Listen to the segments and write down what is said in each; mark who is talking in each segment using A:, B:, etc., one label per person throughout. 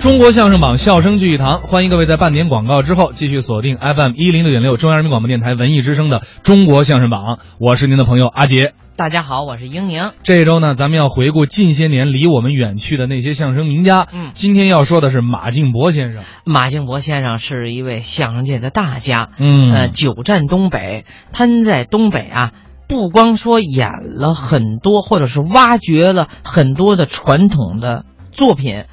A: 中国相声榜，笑声聚一堂，欢迎各位在半点广告之后继续锁定 FM 一零六点六中央人民广播电台文艺之声的《中国相声榜》，我是您的朋友阿杰。
B: 大家好，我是英宁。
A: 这周呢，咱们要回顾近些年离我们远去的那些相声名家。
B: 嗯
A: 今天要说的是马敬博先生。
B: 马敬博先生是一位相声界的大家，
A: 嗯
B: 呃，久战东北，他在东北啊，不光说演了很多，或者是挖掘了很多的传统的作品，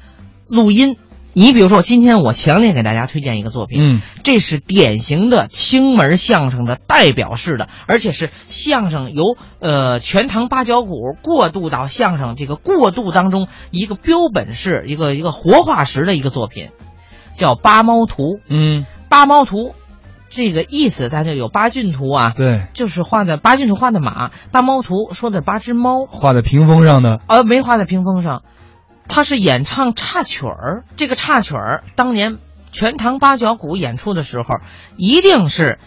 B: 录音。你比如说，今天我强烈给大家推荐一个作品，
A: 嗯
B: 这是典型的清门相声的代表式的，而且是相声由呃全唐八角鼓过渡到相声这个过渡当中一个标本式、一个一个活化石的一个作品，叫《八猫图》。
A: 嗯，
B: 八猫图，这个意思大家有八骏图啊，
A: 对，
B: 就是画的八骏图画的马，八猫图说的八只猫，
A: 画在屏风上的。
B: 而没画在屏风上。他是演唱插曲儿，这个插曲儿当年全唐八角鼓演出的时候，一定是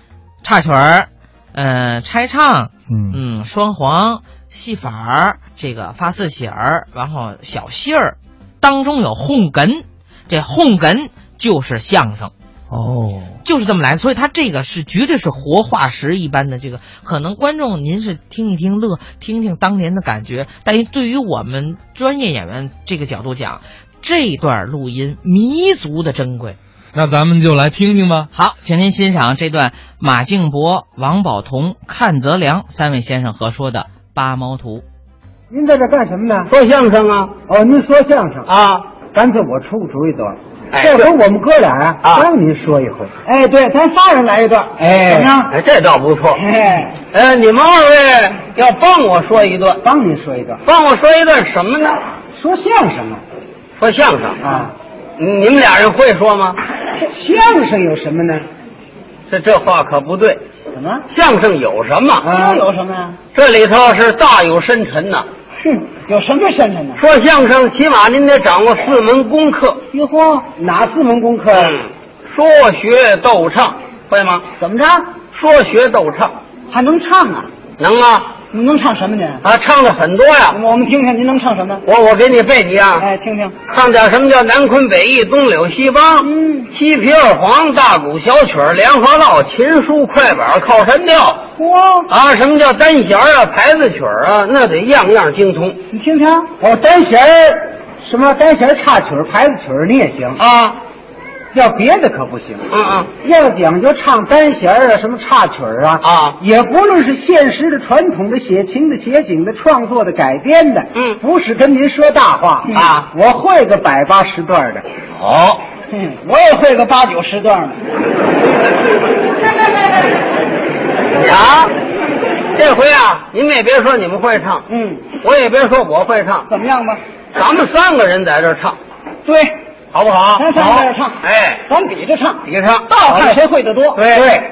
B: 插曲儿，呃，拆唱，
A: 嗯
B: 嗯，双簧、戏法儿，这个发四喜儿，然后小戏儿，当中有哄哏，这哄哏就是相声。
A: 哦，
B: 就是这么来的，所以他这个是绝对是活化石一般的这个，可能观众您是听一听乐，听听当年的感觉，但是对于我们专业演员这个角度讲，这段录音弥足的珍贵。
A: 那咱们就来听听吧。
B: 好，请您欣赏这段马敬博、王宝同、阚泽良三位先生合说的《八猫图》。
C: 您在这干什么呢？
D: 说相声啊
C: 哦，您说相声，
D: 啊！
C: 干脆我出个主意得了。
D: 哎
C: 这回我们哥俩啊，
D: 啊
C: 让您说一回。
D: 哎，对，咱仨人来一段，
C: 哎
D: 怎么样？哎，这倒不错。
C: 哎，
D: 呃，你们二位要帮我说一段，
C: 帮您说一段，
D: 帮我说一段什么呢？
C: 说相声啊
D: 说相声
C: 啊！
D: 你们俩人会说吗？
C: 这相声有什么呢？啊
D: 这这话可不对，
C: 什么？
D: 相声有什么？
C: 啊，有什么呀？
D: 这里头是大有深沉呐、
C: 哼，有什么深沉呢？
D: 说相声起码您得掌握四门功课，
C: 哟嚯，哪四门功课？
D: 嗯，说学逗唱，会吗？
C: 怎么着？
D: 说学逗唱，
C: 还能唱啊？
D: 能啊
C: 你能唱什么呢？
D: 啊，唱的很多呀。
C: 我们听听您能唱什么？
D: 我我给你背几样。
C: 哎，听听。
D: 唱点什么叫南昆北弋东柳西梆，
C: 嗯
D: 七皮二黄大鼓小曲儿莲花落琴书快板靠山调
C: 嚯，
D: 啊，什么叫单弦儿啊牌子曲儿啊，那得样样精通
C: 你听听。哦，单弦儿，什么单弦儿插曲儿、牌子曲儿你也行，
D: 啊，
C: 要别的可不行。
D: 嗯嗯
C: 要讲究唱单弦儿啊，什么插曲儿啊，
D: 啊
C: 也不论是现实的、传统的、写情的、写景的、创作的、改编的，
D: 嗯
C: 不是跟您说大话
D: 嗯啊，
C: 我会个百八十段儿的，
D: 好，
C: 嗯， 我也会个八九十段儿的，
D: 啊，这回啊，你们也别说你们会唱，
C: 嗯，
D: 我也别说我会唱，
C: 怎么样吧？
D: 咱们三个人在这儿唱，
C: 对，
D: 好不好？
C: 咱仨
D: 好
C: 在这儿唱
D: 哎，
C: 咱比着唱，
D: 你唱，
C: 倒看谁会的多。
D: 对对，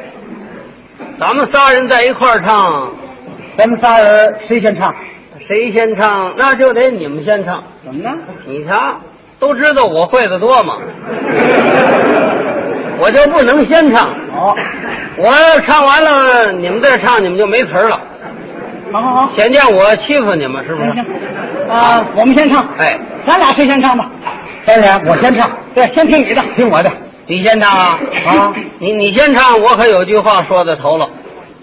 D: 咱们仨人在一块儿唱。
C: 咱们仨人谁先唱？
D: 谁先唱，那就得你们先唱。
C: 怎么呢？
D: 你瞧，都知道我会的多嘛，我就不能先唱。
C: 好，
D: 我要唱完了，你们再唱，你们就没词儿了，
C: 好好好，
D: 显见我欺负你们是不
C: 行
D: 是？
C: 行，啊，我们先唱，
D: 哎，
C: 咱俩谁先唱吧？当然我先唱，对，先听你的，听我的。
D: 你先唱啊！
C: 啊，
D: 你你先唱，我可有句话说在头了。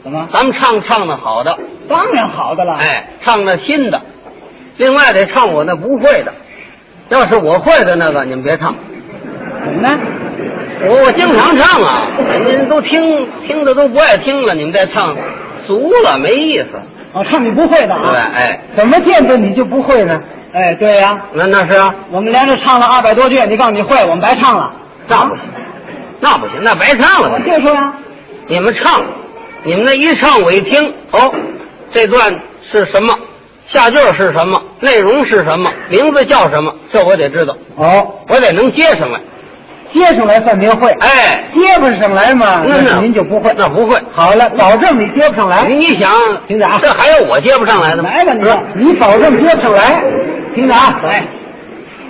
C: 怎么？
D: 咱们唱唱的好的，
C: 当然好的了。，
D: 哎，唱的新的，另外得唱我那不会的。要是我会的那个，你们别唱。
C: 怎么呢？
D: 哎我我经常唱啊，人家都听听的都不爱听了，你们再唱，俗了没意思。
C: 我、哦唱你不会的
D: 对，
C: 啊？
D: 哎，
C: 怎么见着你就不会呢？哎，对呀、
D: 那那是啊
C: 我们连着唱了二百多句，你告诉你会，我们白唱了。
D: 那不行，那不行，那白唱
C: 我
D: 了。
C: 就说呀、
D: 你们唱，你们那一唱我一听，哦，这段是什么？下句儿是什么？内容是什么？名字叫什么？这我得知道，
C: 哦，
D: 我得能接上来。
C: 接上来算您会，
D: 哎，
C: 接不上来嘛，
D: 那
C: 是
D: 那
C: 啊您就不会。
D: 那不会。
C: 好了，保证你接不上来。
D: 你你想，
C: 听着啊
D: 这还有我接不上来的吗？
C: 来吧，你
D: 是
C: 你保证接不上来。听着啊，
D: 哎。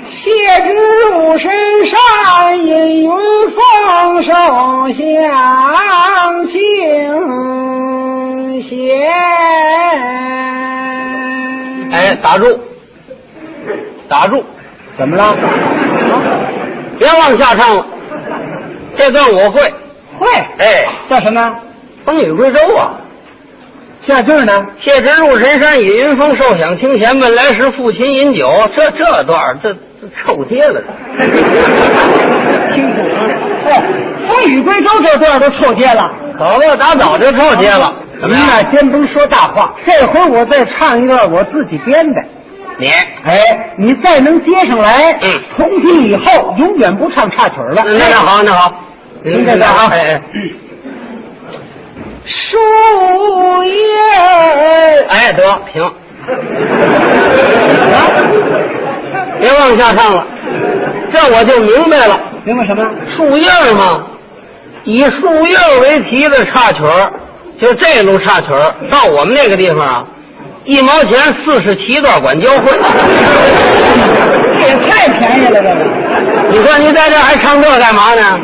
C: 谢知武身上引云凤手向清弦。哎
D: 哎，打住，打住！
C: 怎么了？
D: 往下唱了。这段我会，
C: 会
D: 哎，
C: 叫什么？
D: 风雨归舟啊。
C: 下句儿呢？
D: 谢之入深山，倚云峰，受享清闲。问来时，父亲饮酒。这这段儿这这臭爹了，
C: 清楚啊。哎，风雨归舟这段都臭街了。
D: 早给我打早就臭爹了。怎么
C: 您
D: 样？
C: 呐，先甭说大话，这回我再唱一段我自己编的。
D: 你
C: 哎，你再能接上来，
D: 嗯
C: 从今以后永远不唱插曲儿了。哎
D: 那那好，那好，
C: 您这段啊
D: 哎哎
C: 树叶儿
D: 哎，得停， 别往下唱了，这我就明白了。
C: 明白什么？
D: 树叶儿嘛，以树叶儿为题的插曲儿，就这路插曲儿到我们那个地方啊，一毛钱四十七段管交会。
C: 这也太便宜了，这个。
D: 你说你在这儿还唱这干嘛呢？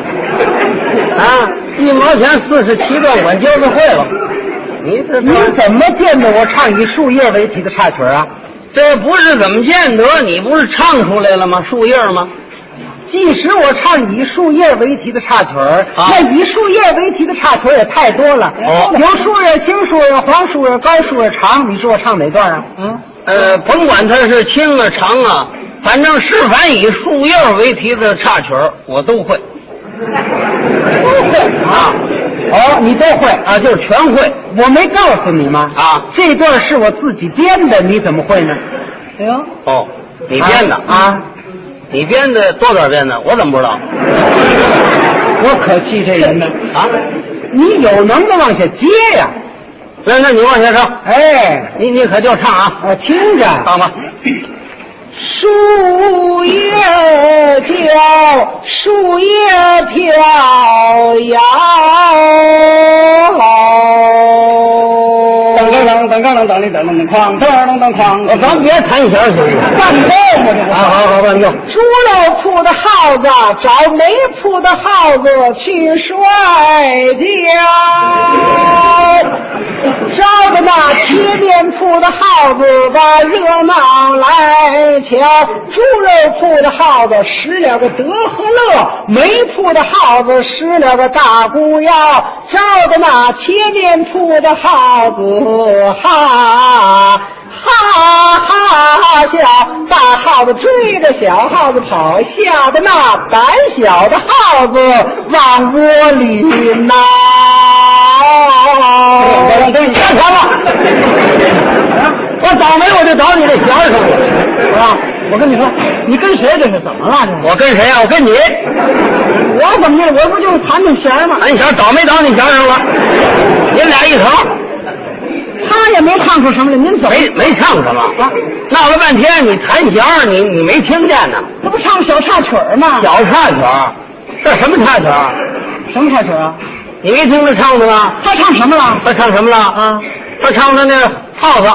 D: 啊，一毛钱四十七段管交个会了，你这
C: 你
D: 这
C: 怎么见着我唱以树叶为题的插曲儿啊？
D: 这不是怎么见得？你不是唱出来了吗？树叶儿吗？
C: 即使我唱以树叶为题的插曲儿，
D: 啊
C: 那以树叶为题的插曲儿也太多了。
D: 哦
C: 有树叶、青树叶、黄树叶、高树叶、长，你说我唱哪段啊？嗯，
D: 呃，甭管它是轻啊长啊，反正是凡以树叶儿为题的插曲儿，我都会
C: 都会
D: 啊。
C: 哦，你都会啊，
D: 啊，就是全会
C: 我没告诉你吗？
D: 啊。
C: 这段是我自己编的，你怎么会呢？哎呦，
D: 哦，你编的
C: 啊？啊
D: 你编的多少编的？我怎么不知道？
C: 我可气这人呢！
D: 啊，
C: 你有能耐往下接呀！
D: 那那你往下唱，
C: 哎，
D: 你你可就唱啊，
C: 我听着，
D: 唱吧。
C: 树叶飘，树叶飘摇。
E: 噔噔噔噔噔噔噔噔噔哐噔噔噔哐
D: 哦咱别弹弦儿行吗？
C: 干这个这个。
D: 啊，好好伴奏。
C: 猪肉铺的耗子找煤铺的耗子去摔跤，招着那贴面铺的耗子把热闹来瞧，猪肉铺的耗子使了个德和乐，煤铺的耗子使了个大姑腰，招着那贴面铺的耗子哈。哈哈笑，大耗子追着小耗子跑，吓得那胆小的耗子往窝里挠。
D: 我跟你干啥吧？我倒霉我就倒你这弦儿上了，
C: 啊！我跟你说，你跟谁这是怎么了？这
D: 我跟谁啊？我跟你，
C: 是我怎么的？我不就是弹弹弦吗？
D: 俺小倒霉倒你弦儿上了，你们俩一头。
C: 他也没唱出什么来，您怎么？
D: 没没唱什么，闹了半天你弹弦儿，你你没听见呢？
C: 这不唱小插曲儿吗？
D: 小插曲儿，这什么插曲儿？
C: 什么插曲儿啊？
D: 你没听他唱的吗？
C: 他唱什么 了？
D: 他唱什么了？啊，他唱的那 耗子，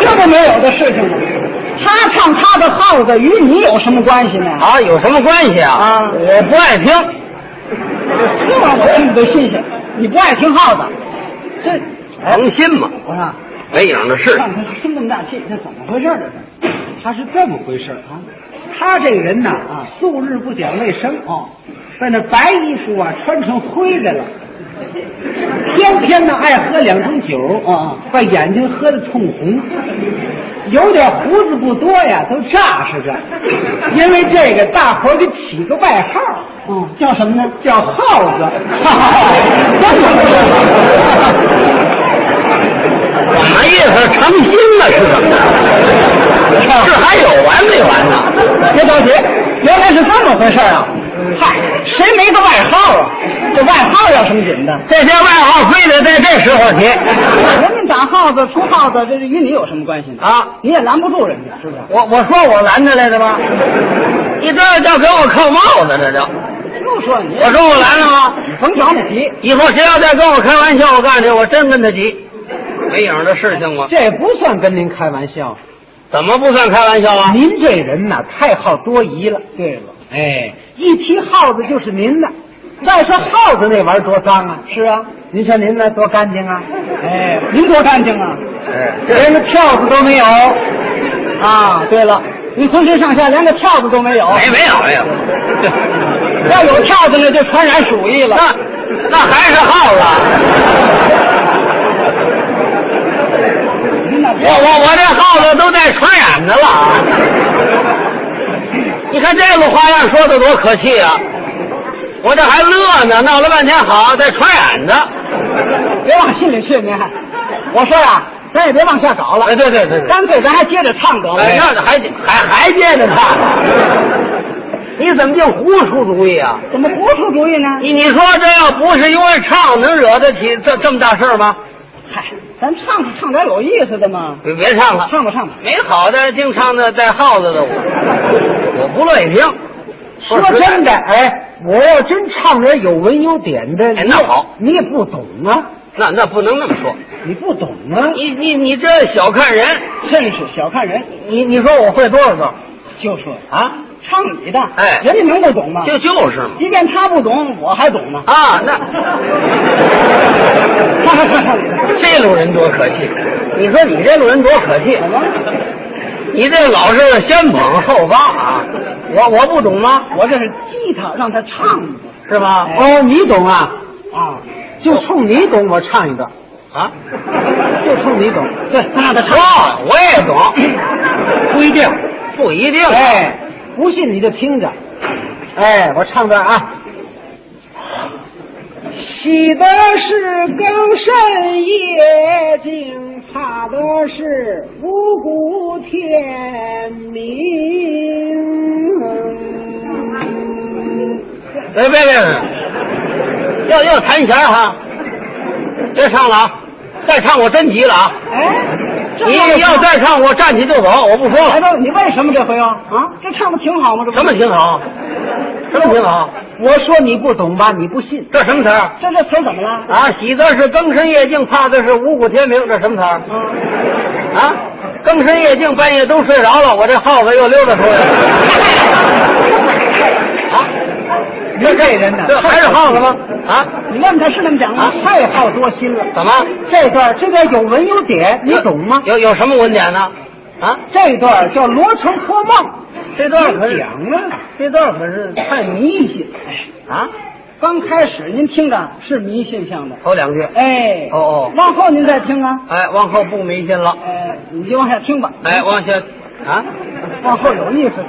C: 这都没有的事情了。他唱他的耗子，与你有什么关系呢？
D: 啊，有什么关系啊？
C: 啊
D: 我不爱听，
C: 这我听着新鲜。你不爱听耗子，这
D: 能心嘛，
C: 我说
D: 没影的事。
C: 让他生这么大气，这怎么回事儿这是？他是这么回事儿啊，他这个人呐啊，素日不讲卫生啊，把那白衣服啊穿成灰的了。天天呢爱喝两盅酒啊，把眼睛喝得通红，有点胡子不多呀，都扎实着。因为这个，大伙儿给起个外号，嗯，叫什么呢？叫耗子。
D: 怎么意思？成心了是怎么着？这还有完没完呢？
C: 别着急，原来是这么回事啊！嗨，谁没个外号啊？这外号有什么紧的？
D: 这些外号非得在这时候提
C: 人家打耗子、出耗子，这是与你有什么关系呢？
D: 啊！
C: 你也拦不住人家，是不是？
D: 我我说我拦他来的吧？你这叫给我扣帽子，这叫。
C: 就说你，
D: 我说我拦了啊吗？
C: 甭找你急，
D: 以后谁要再跟我开玩笑，我告诉你，我真跟他急。没影儿的事情吗？
C: 这也不算跟您开玩笑。
D: 怎么不算开玩笑啊？
C: 您这人呐，太好多疑了。对了，哎，一提耗子就是您的。再说耗子那玩意儿多脏啊！是啊，您说您呢多干净啊？哎，您多干净啊！
D: 哎，
C: 连个跳子都没有。啊，对了，你浑身上下连个跳子都没有，
D: 没没有没有，
C: 要有跳子呢就传染鼠疫了。
D: 那那还是啊耗子。
C: 您那
D: 我我我这耗子都带传染的了啊。你看这个花样说的多可气啊！我这还乐呢，闹了半天好，带传染的。
C: 别往心里去，您还。我说呀、
D: 啊
C: 咱也别往下搞了。
D: 哎，对对对对。
C: 干脆咱还接着唱得了。
D: 哎，那还还还接着唱？你怎么就胡出主意啊？
C: 怎么不出主意呢？
D: 你你说这要不是因为唱，能惹得起这这么大事儿吗？
C: 嗨，咱唱是唱点有意思的嘛。啊
D: 你别唱了，
C: 唱吧唱吧，
D: 没好的，净唱那带耗子的我，我不乐意听。
F: 说真的，哎，我要真唱点有文有典的，
D: 哎那好
F: 你也不懂啊，
D: 那那不能那么说，
F: 你不懂啊，
D: 你你你这小看人，
C: 真是小看人。
F: 你你说我会多少个？
C: 就说
D: 啊，
C: 唱你的，
D: 哎
C: 人家能不懂吗？
D: 就就是嘛
C: 即便他不懂，我还懂呢。
D: 啊，那
C: 唱唱唱唱你的，
D: 这路人多可气！你说你这路人多可气，
C: 怎么了？
D: 你这老是先捧后发啊！我我不懂吗？
C: 我这是激他，让他唱一个
D: 是吧？
C: 哎
F: 哦，你懂啊，
C: 啊。
F: 就冲你懂，我唱一段，
D: 啊，
F: 就冲你懂。
C: 对，让他唱。
F: 啊
D: 我我也 懂，不一定，不一定。
F: 哎，不信你就听着，哎，我唱段啊。
C: 喜的是更甚夜静，怕的是五谷天明。
D: 哎别别别，要要弹弦儿哈，别唱了啊！再唱我真急了啊！
C: 哎，这
D: 你要再唱，我站起就走，我不说
C: 哎，
D: 了。
C: 不，你为什么这回啊？啊，这唱的挺好吗？这不
D: 什么挺好，什么挺好？
F: 我说你不懂吧，你不信。
D: 这什么词儿
C: 这这词儿怎么了？
D: 啊？喜的是更深夜静，怕的是五谷天明，这什么词儿啊？更深夜静，半夜都睡着了，我这耗子又溜达出来了。啊，
F: 您这人呐
D: 这还是耗子吗？啊，
C: 你问他是那么讲
D: 啊
C: 吗？
F: 太好多心了。
D: 怎么？
F: 这段这叫有文有典，你懂吗？
D: 有有什么文典呢？啊，
F: 这段叫罗成托梦，
D: 这
F: 这
D: 段
F: 段
D: 可
F: 可
D: 是
F: 讲啊，这段可是太迷信
D: 哎
F: 啊！
C: 刚开始您听着是迷信向的，
D: 头两句。
C: 哎，
D: 哦哦哦
C: 往后您再听啊，
D: 哎，往后不迷信了。
C: 呃，你就往下听吧，
D: 哎，往下啊，
C: 往后有意思的，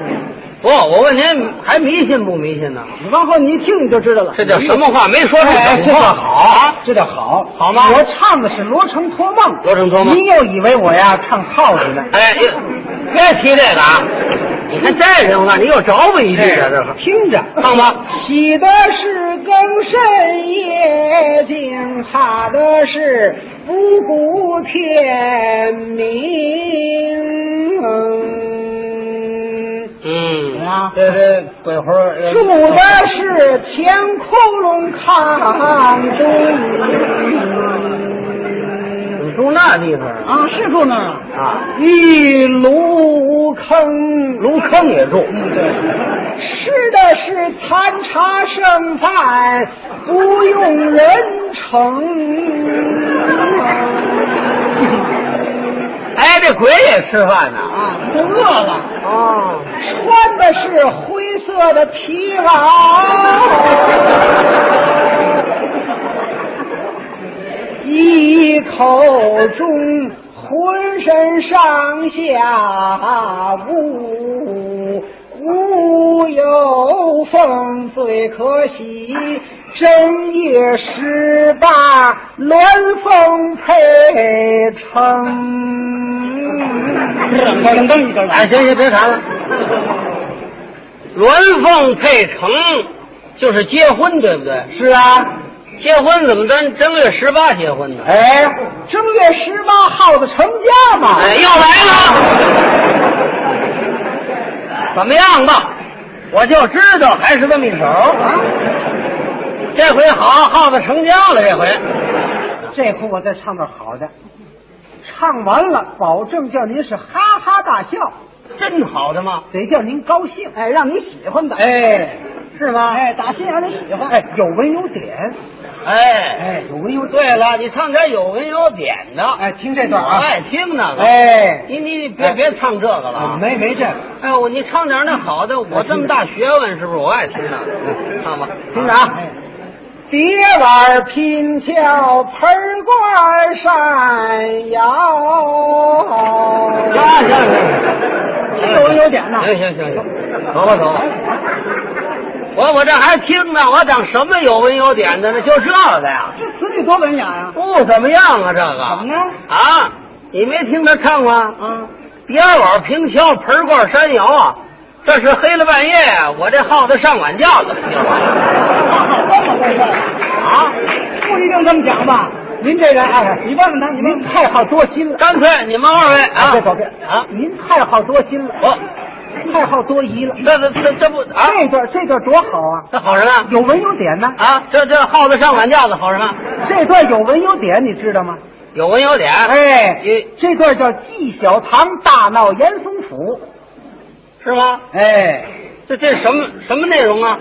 D: 不，我问您还迷信不迷信呢？
C: 你往后你一听你就知道了。
D: 这叫什么话？没说出
F: 哎，
D: 什
F: 这
D: 么
F: 叫
D: 话好啊！
F: 这叫好，
D: 好吗
F: 我唱的是罗成托梦，
D: 罗成托梦
F: 您又以为我呀唱耗子呢？
D: 哎，别别提这个啊！你看这人，我告诉你，又找我一句啊，这是
F: 听着，
D: 唱吧。
C: 喜的是更甚夜静，怕的是五谷天明。
D: 嗯
C: 啊
F: 这这鬼魂儿，呃
C: 住的是乾窟窿炕中
D: 你嗯住那地方啊？
C: 啊，是住那儿啊？
D: 啊，
C: 玉炉坑，嗯
D: 龙坑也住。
C: 吃的是残茶剩饭，不用人盛
D: 哎，这鬼也吃饭呢。
C: 啊，都饿了。
D: 哦，
C: 穿的是灰色的皮袄， 一口中浑身上下无无有风，最可惜。正月十八，鸾凤配成。
D: 噔噔噔一哎，行行，别谈了。鸾凤配成就是结婚，对不对？
F: 是啊，
D: 结婚怎么咱正月十八结婚呢？
F: 哎，
C: 正月十八，耗子成家嘛。
D: 哎，又来了，怎么样吧？我就知道还是这么一手。这回好，耗子成家了，这回
F: 这回我再唱段好的，
C: 唱完了，保证叫您是哈哈大笑，
D: 真好的吗？
F: 得叫您高兴。
C: 哎，让您喜欢的。
F: 哎，是吗？
C: 哎，打心眼里喜欢。
F: 哎，有文有典，
D: 哎，
F: 哎，有文有典。
D: 对了，你唱点有文有典的，
F: 哎，听这
D: 我
F: 段啊，
D: 爱听那个。，
F: 哎，
D: 你你别别唱这个了啊。
F: 没没这个，
D: 哎，我你唱点那好的，我这么大学问，是不是？我爱听那个，唱吧，听着啊。
C: 蝶碗拼俏，盆罐闪耀。
D: 哎行行行，
C: 有文有典呐
D: 行行行行，走吧走吧。我我这还听呢，我整什么有文有典的呢？就这个呀，
C: 这词语多文雅呀、
D: 不怎么样啊，这个。
C: 怎么呢？
D: 啊，你没听他唱吗？
C: 啊，
D: 蝶碗平敲，盆罐山摇啊！这是黑了半夜呀、我这耗子上晚觉了，你知道吗？
C: 这么回事儿，
D: 啊，
C: 不一定这么讲吧？
F: 您这人哎，
C: 你问问他，你问
F: 您
C: 问
F: 太好多心了。
D: 干脆你们二位啊，
F: 别走别
D: 啊，
F: 您太好多心了，
D: 我
F: 太好多疑了。
D: 这这这这不啊，
F: 这段这段多好啊，
D: 这好什么？
F: 有文有典呢。
D: 啊，这这耗子上晚觉子好什么？
F: 这段有文有典，你知道吗？
D: 有文有典，
F: 哎
D: 你，
F: 这段叫《纪晓棠大闹严嵩府》。
D: 是吗？
F: 哎，
D: 这这什么什么内容啊？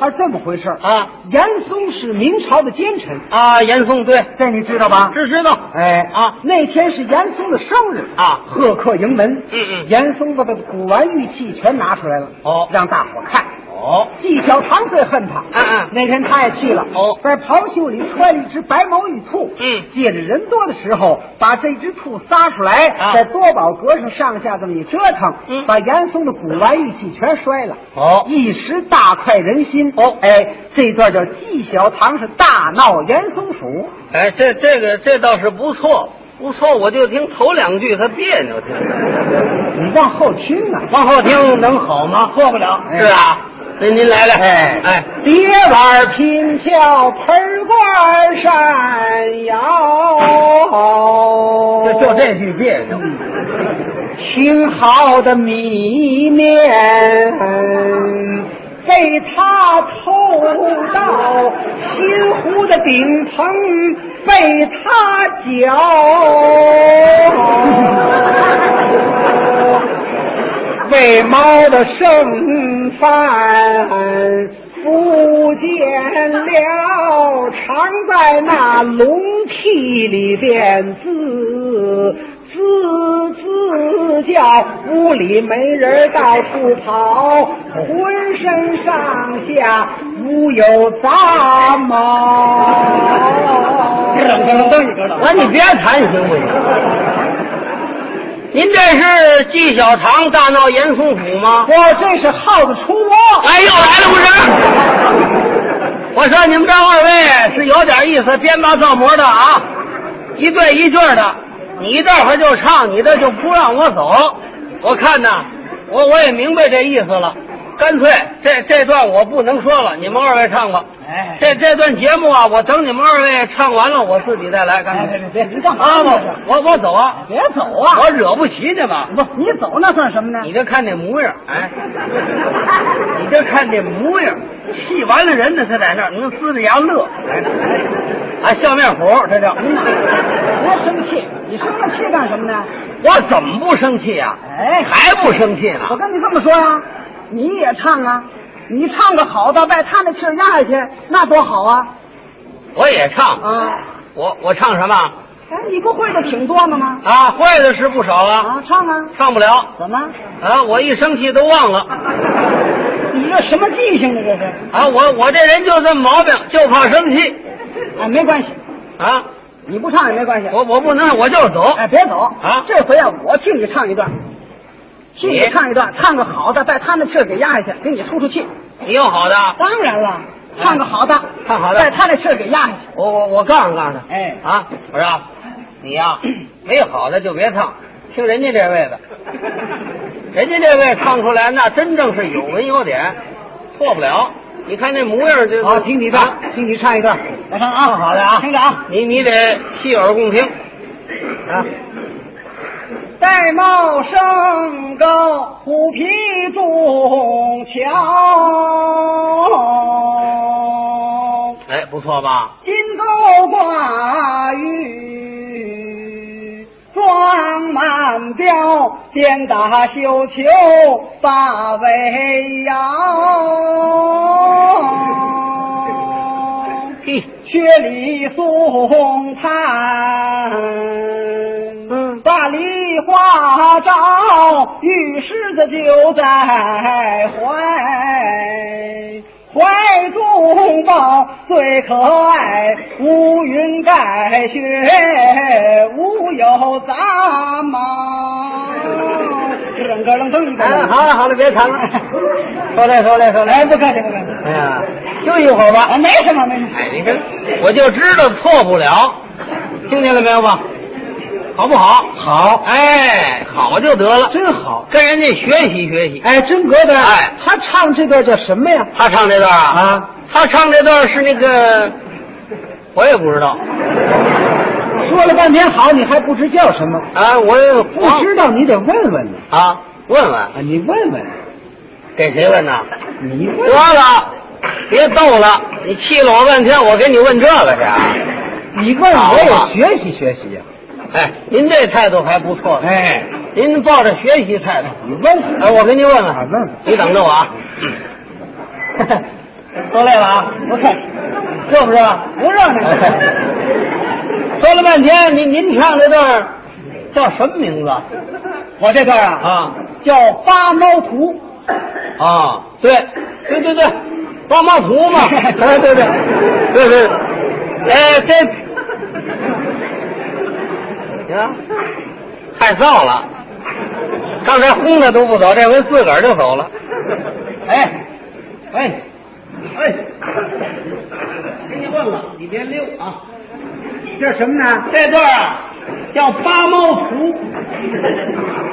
F: 它是这么回事儿。
D: 啊
F: 严嵩是明朝的奸臣，
D: 啊，严嵩对，
F: 这你知道吧？
D: 是知道
F: 哎
D: 啊
F: 那天是严嵩的生日
D: 啊
F: 贺客迎门。
D: 嗯嗯
F: 严嵩把他的古玩玉器全拿出来了，
D: 哦
F: 让大伙看。
D: 哦，
F: 纪晓棠最恨他，
D: 嗯嗯
F: 那天他也去了，
D: 哦
F: 在袍袖里揣了一只白毛玉兔，
D: 嗯
F: 借着人多的时候，把这只兔撒出来，
D: 啊
F: 在多宝阁上上下这么一折腾，
D: 嗯
F: 把严嵩的古玩玉器全摔了，
D: 哦
F: 一时大快人心，
D: 哦
F: 哎，这段叫纪晓棠是大闹严嵩府，
D: 哎，这这个这倒是不错，不错，我就听头两句他别扭，听着。
F: 你往后听啊，
D: 往后听能好吗？过不了。是啊，那您来来。
F: 哎
D: 哎，
C: 蝶碗拼俏，盆罐闪耀。
D: 就就这句别扭。
C: 挺好的米面，被他偷到新湖的顶棚，被他搅。喂猫的剩饭，不见了，常在那笼屉里边自自自叫，屋里没人到处跑，浑身上下无有杂毛。
D: 我你别弹行不行？您这是纪晓棠大闹严嵩府吗？
C: 哇，这是耗子出窝！
D: 哎，又来了不是？我说你们这二位是有点意思，编八造模的啊，一对一句儿的。你这会儿就唱，你这就不让我走。我看呐，我我也明白这意思了。干脆这这段我不能说了，你们二位唱吧。
F: 哎
D: 这这段节目啊，我等你们二位唱完了，我自己再来。干
F: 哎，
D: 脆
F: 别别别，你干嘛
D: 啊，
F: 呢
D: 我我我走啊，
F: 别走啊！
D: 我惹不起你们。
F: 不，你走那算什么呢？
D: 你就看那模样，哎，你就看那模样，气完了人呢，他在那儿，你就呲着牙乐，哎，啊，笑面虎，这叫。
F: 别生气，你生那气干什么呢？
D: 我怎么不生气啊？
F: 哎
D: 还不生气呢
F: 我？跟你这么说呀、你也唱啊，你唱个好的，外他那气儿压下去，那多好啊！
D: 我也唱，
F: 啊，
D: 我我唱什么
F: 哎，你不会的挺多的吗？
D: 啊？会的是不少啊，
F: 啊，唱啊，
D: 唱不了
F: 怎么？
D: 啊！我一生气都忘了
F: 你这什么记性呢？这是？
D: 啊！我我这人就这毛病，就怕生气
F: 哎，没关系，
D: 啊！
F: 你不唱也没关系。
D: 我我不能，我就走。
F: 哎，别走
D: 啊
F: 这回啊，我替你唱一段，替你
D: 你
F: 唱一段，唱个好的，带他那气儿给压下去，给你出出气。
D: 你有好的，
F: 当然了，唱个好的，
D: 唱好的
F: 带他那气儿给压下去。
D: 我我我告诉告诉他，
F: 哎
D: 啊，我说啊你呀、没有好的就别唱，听人家这位的，人家这位唱出来那真正是有文有典，错不了。你看那模样就
F: 好，听你的
D: 啊，
F: 听你唱一段，来唱啊，好的啊，听着啊，
D: 你你得细耳共听。啊，
C: 戴帽升高，虎皮中桥，
D: 哎，不错吧？
C: 金钩挂玉装满镖，鞭打绣球把围摇。
D: 嘿，
C: 雪里送炭，大梨花照，玉狮子就在怀。怀中抱最可爱，乌云盖雪，无有杂毛。咯楞咯楞噔
D: 哎
C: 噔，
D: 好了好了，别唱了， 收来收来收来
C: 哎，。不客气不客气，
D: 哎呀，休息一会儿吧。
C: 啊，没什么没什么。
D: 哎，你看，我就知道错不了，听见了没有吧？好不好？好，哎，好就得了，真好，跟人家学习学习。
F: 哎，真格的，
D: 哎
F: 他唱这段叫什么呀？
D: 他唱这段啊，
F: 啊，
D: 他唱这段是那个，我也不知道
F: 说了半天好，你还不知叫什么？
D: 啊，我也
F: 不知道你得问问呢
D: 啊，问问
F: 啊，你问问，
D: 给谁问呢？
F: 你
D: 得
F: 问
D: 了，别逗了，你气了我半天，我给你问这个去啊？
F: 你问
D: 好
F: 我
D: 吧
F: 也学习学习呀、
D: 哎，您这态度还不错，
F: 哎，
D: 您抱着学习态度，
F: 你问问
D: 哎，我给您问问，
F: 啊，问问，
D: 你等着我啊。 都累了啊？不累，热不热？不热 说了半天，您您唱这段儿叫什么名字？
C: 我这段啊
D: 啊
C: 叫《八猫图》，
D: 啊，对对对对，帮帮图嘛。哎， 对对对 对，哎 这，你看，太臊了。刚才轰他都不走，这回自个儿就走了。哎，哎，哎，跟你问了，你别溜啊！
F: 这是什么呢？
D: 这段儿啊叫八猫图，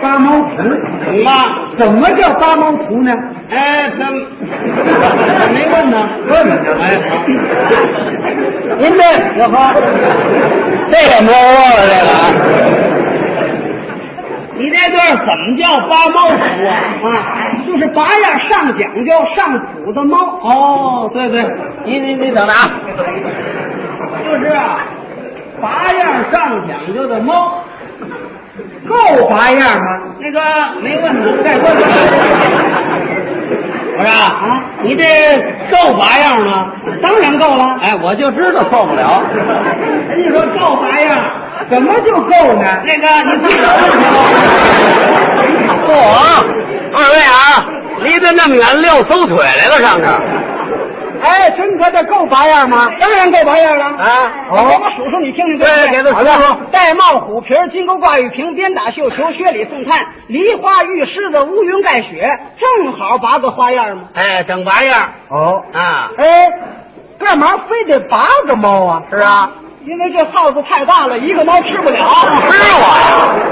F: 八毛图，
D: 懂吗？
F: 怎么叫八毛图呢？
D: 啊哎，怎 么没问呢？问问哎，好。您 这我说，这个没窝了，这个啊。你这段怎么叫八猫图啊？
C: 啊，就是拔样上讲究、上谱的猫。
D: 哦，对对，你你你等着啊，
C: 就是啊，
D: 八样上讲究的猫，
C: 够拔样吗？
D: 那个没问呢，再问问。我说啊，你这够八样吗？
C: 当然够了。
D: 哎，我就知道错不了。
C: 人家说够拔样，怎么就够呢？
D: 那个，你自个儿问去 吧。嚯、二位啊，离得那么远，撂馊腿来了，上这儿
F: 哎，真格的够拔样吗？
C: 当然够拔样了。
D: 啊！
C: 我
F: 哦
C: 给我数数，你听听对不
D: 对，给他说说。
C: 玳瑁虎皮儿，金钩挂玉瓶，鞭打绣球，靴里送炭，梨花玉狮子，乌云盖雪，正好八个花样嘛。
D: 哎，整玩意儿
F: 哦，
D: 啊！
F: 哎，干嘛非得拔个猫啊？
D: 是啊，
C: 因为这耗子太大了，一个猫吃不了。
D: 吃我呀！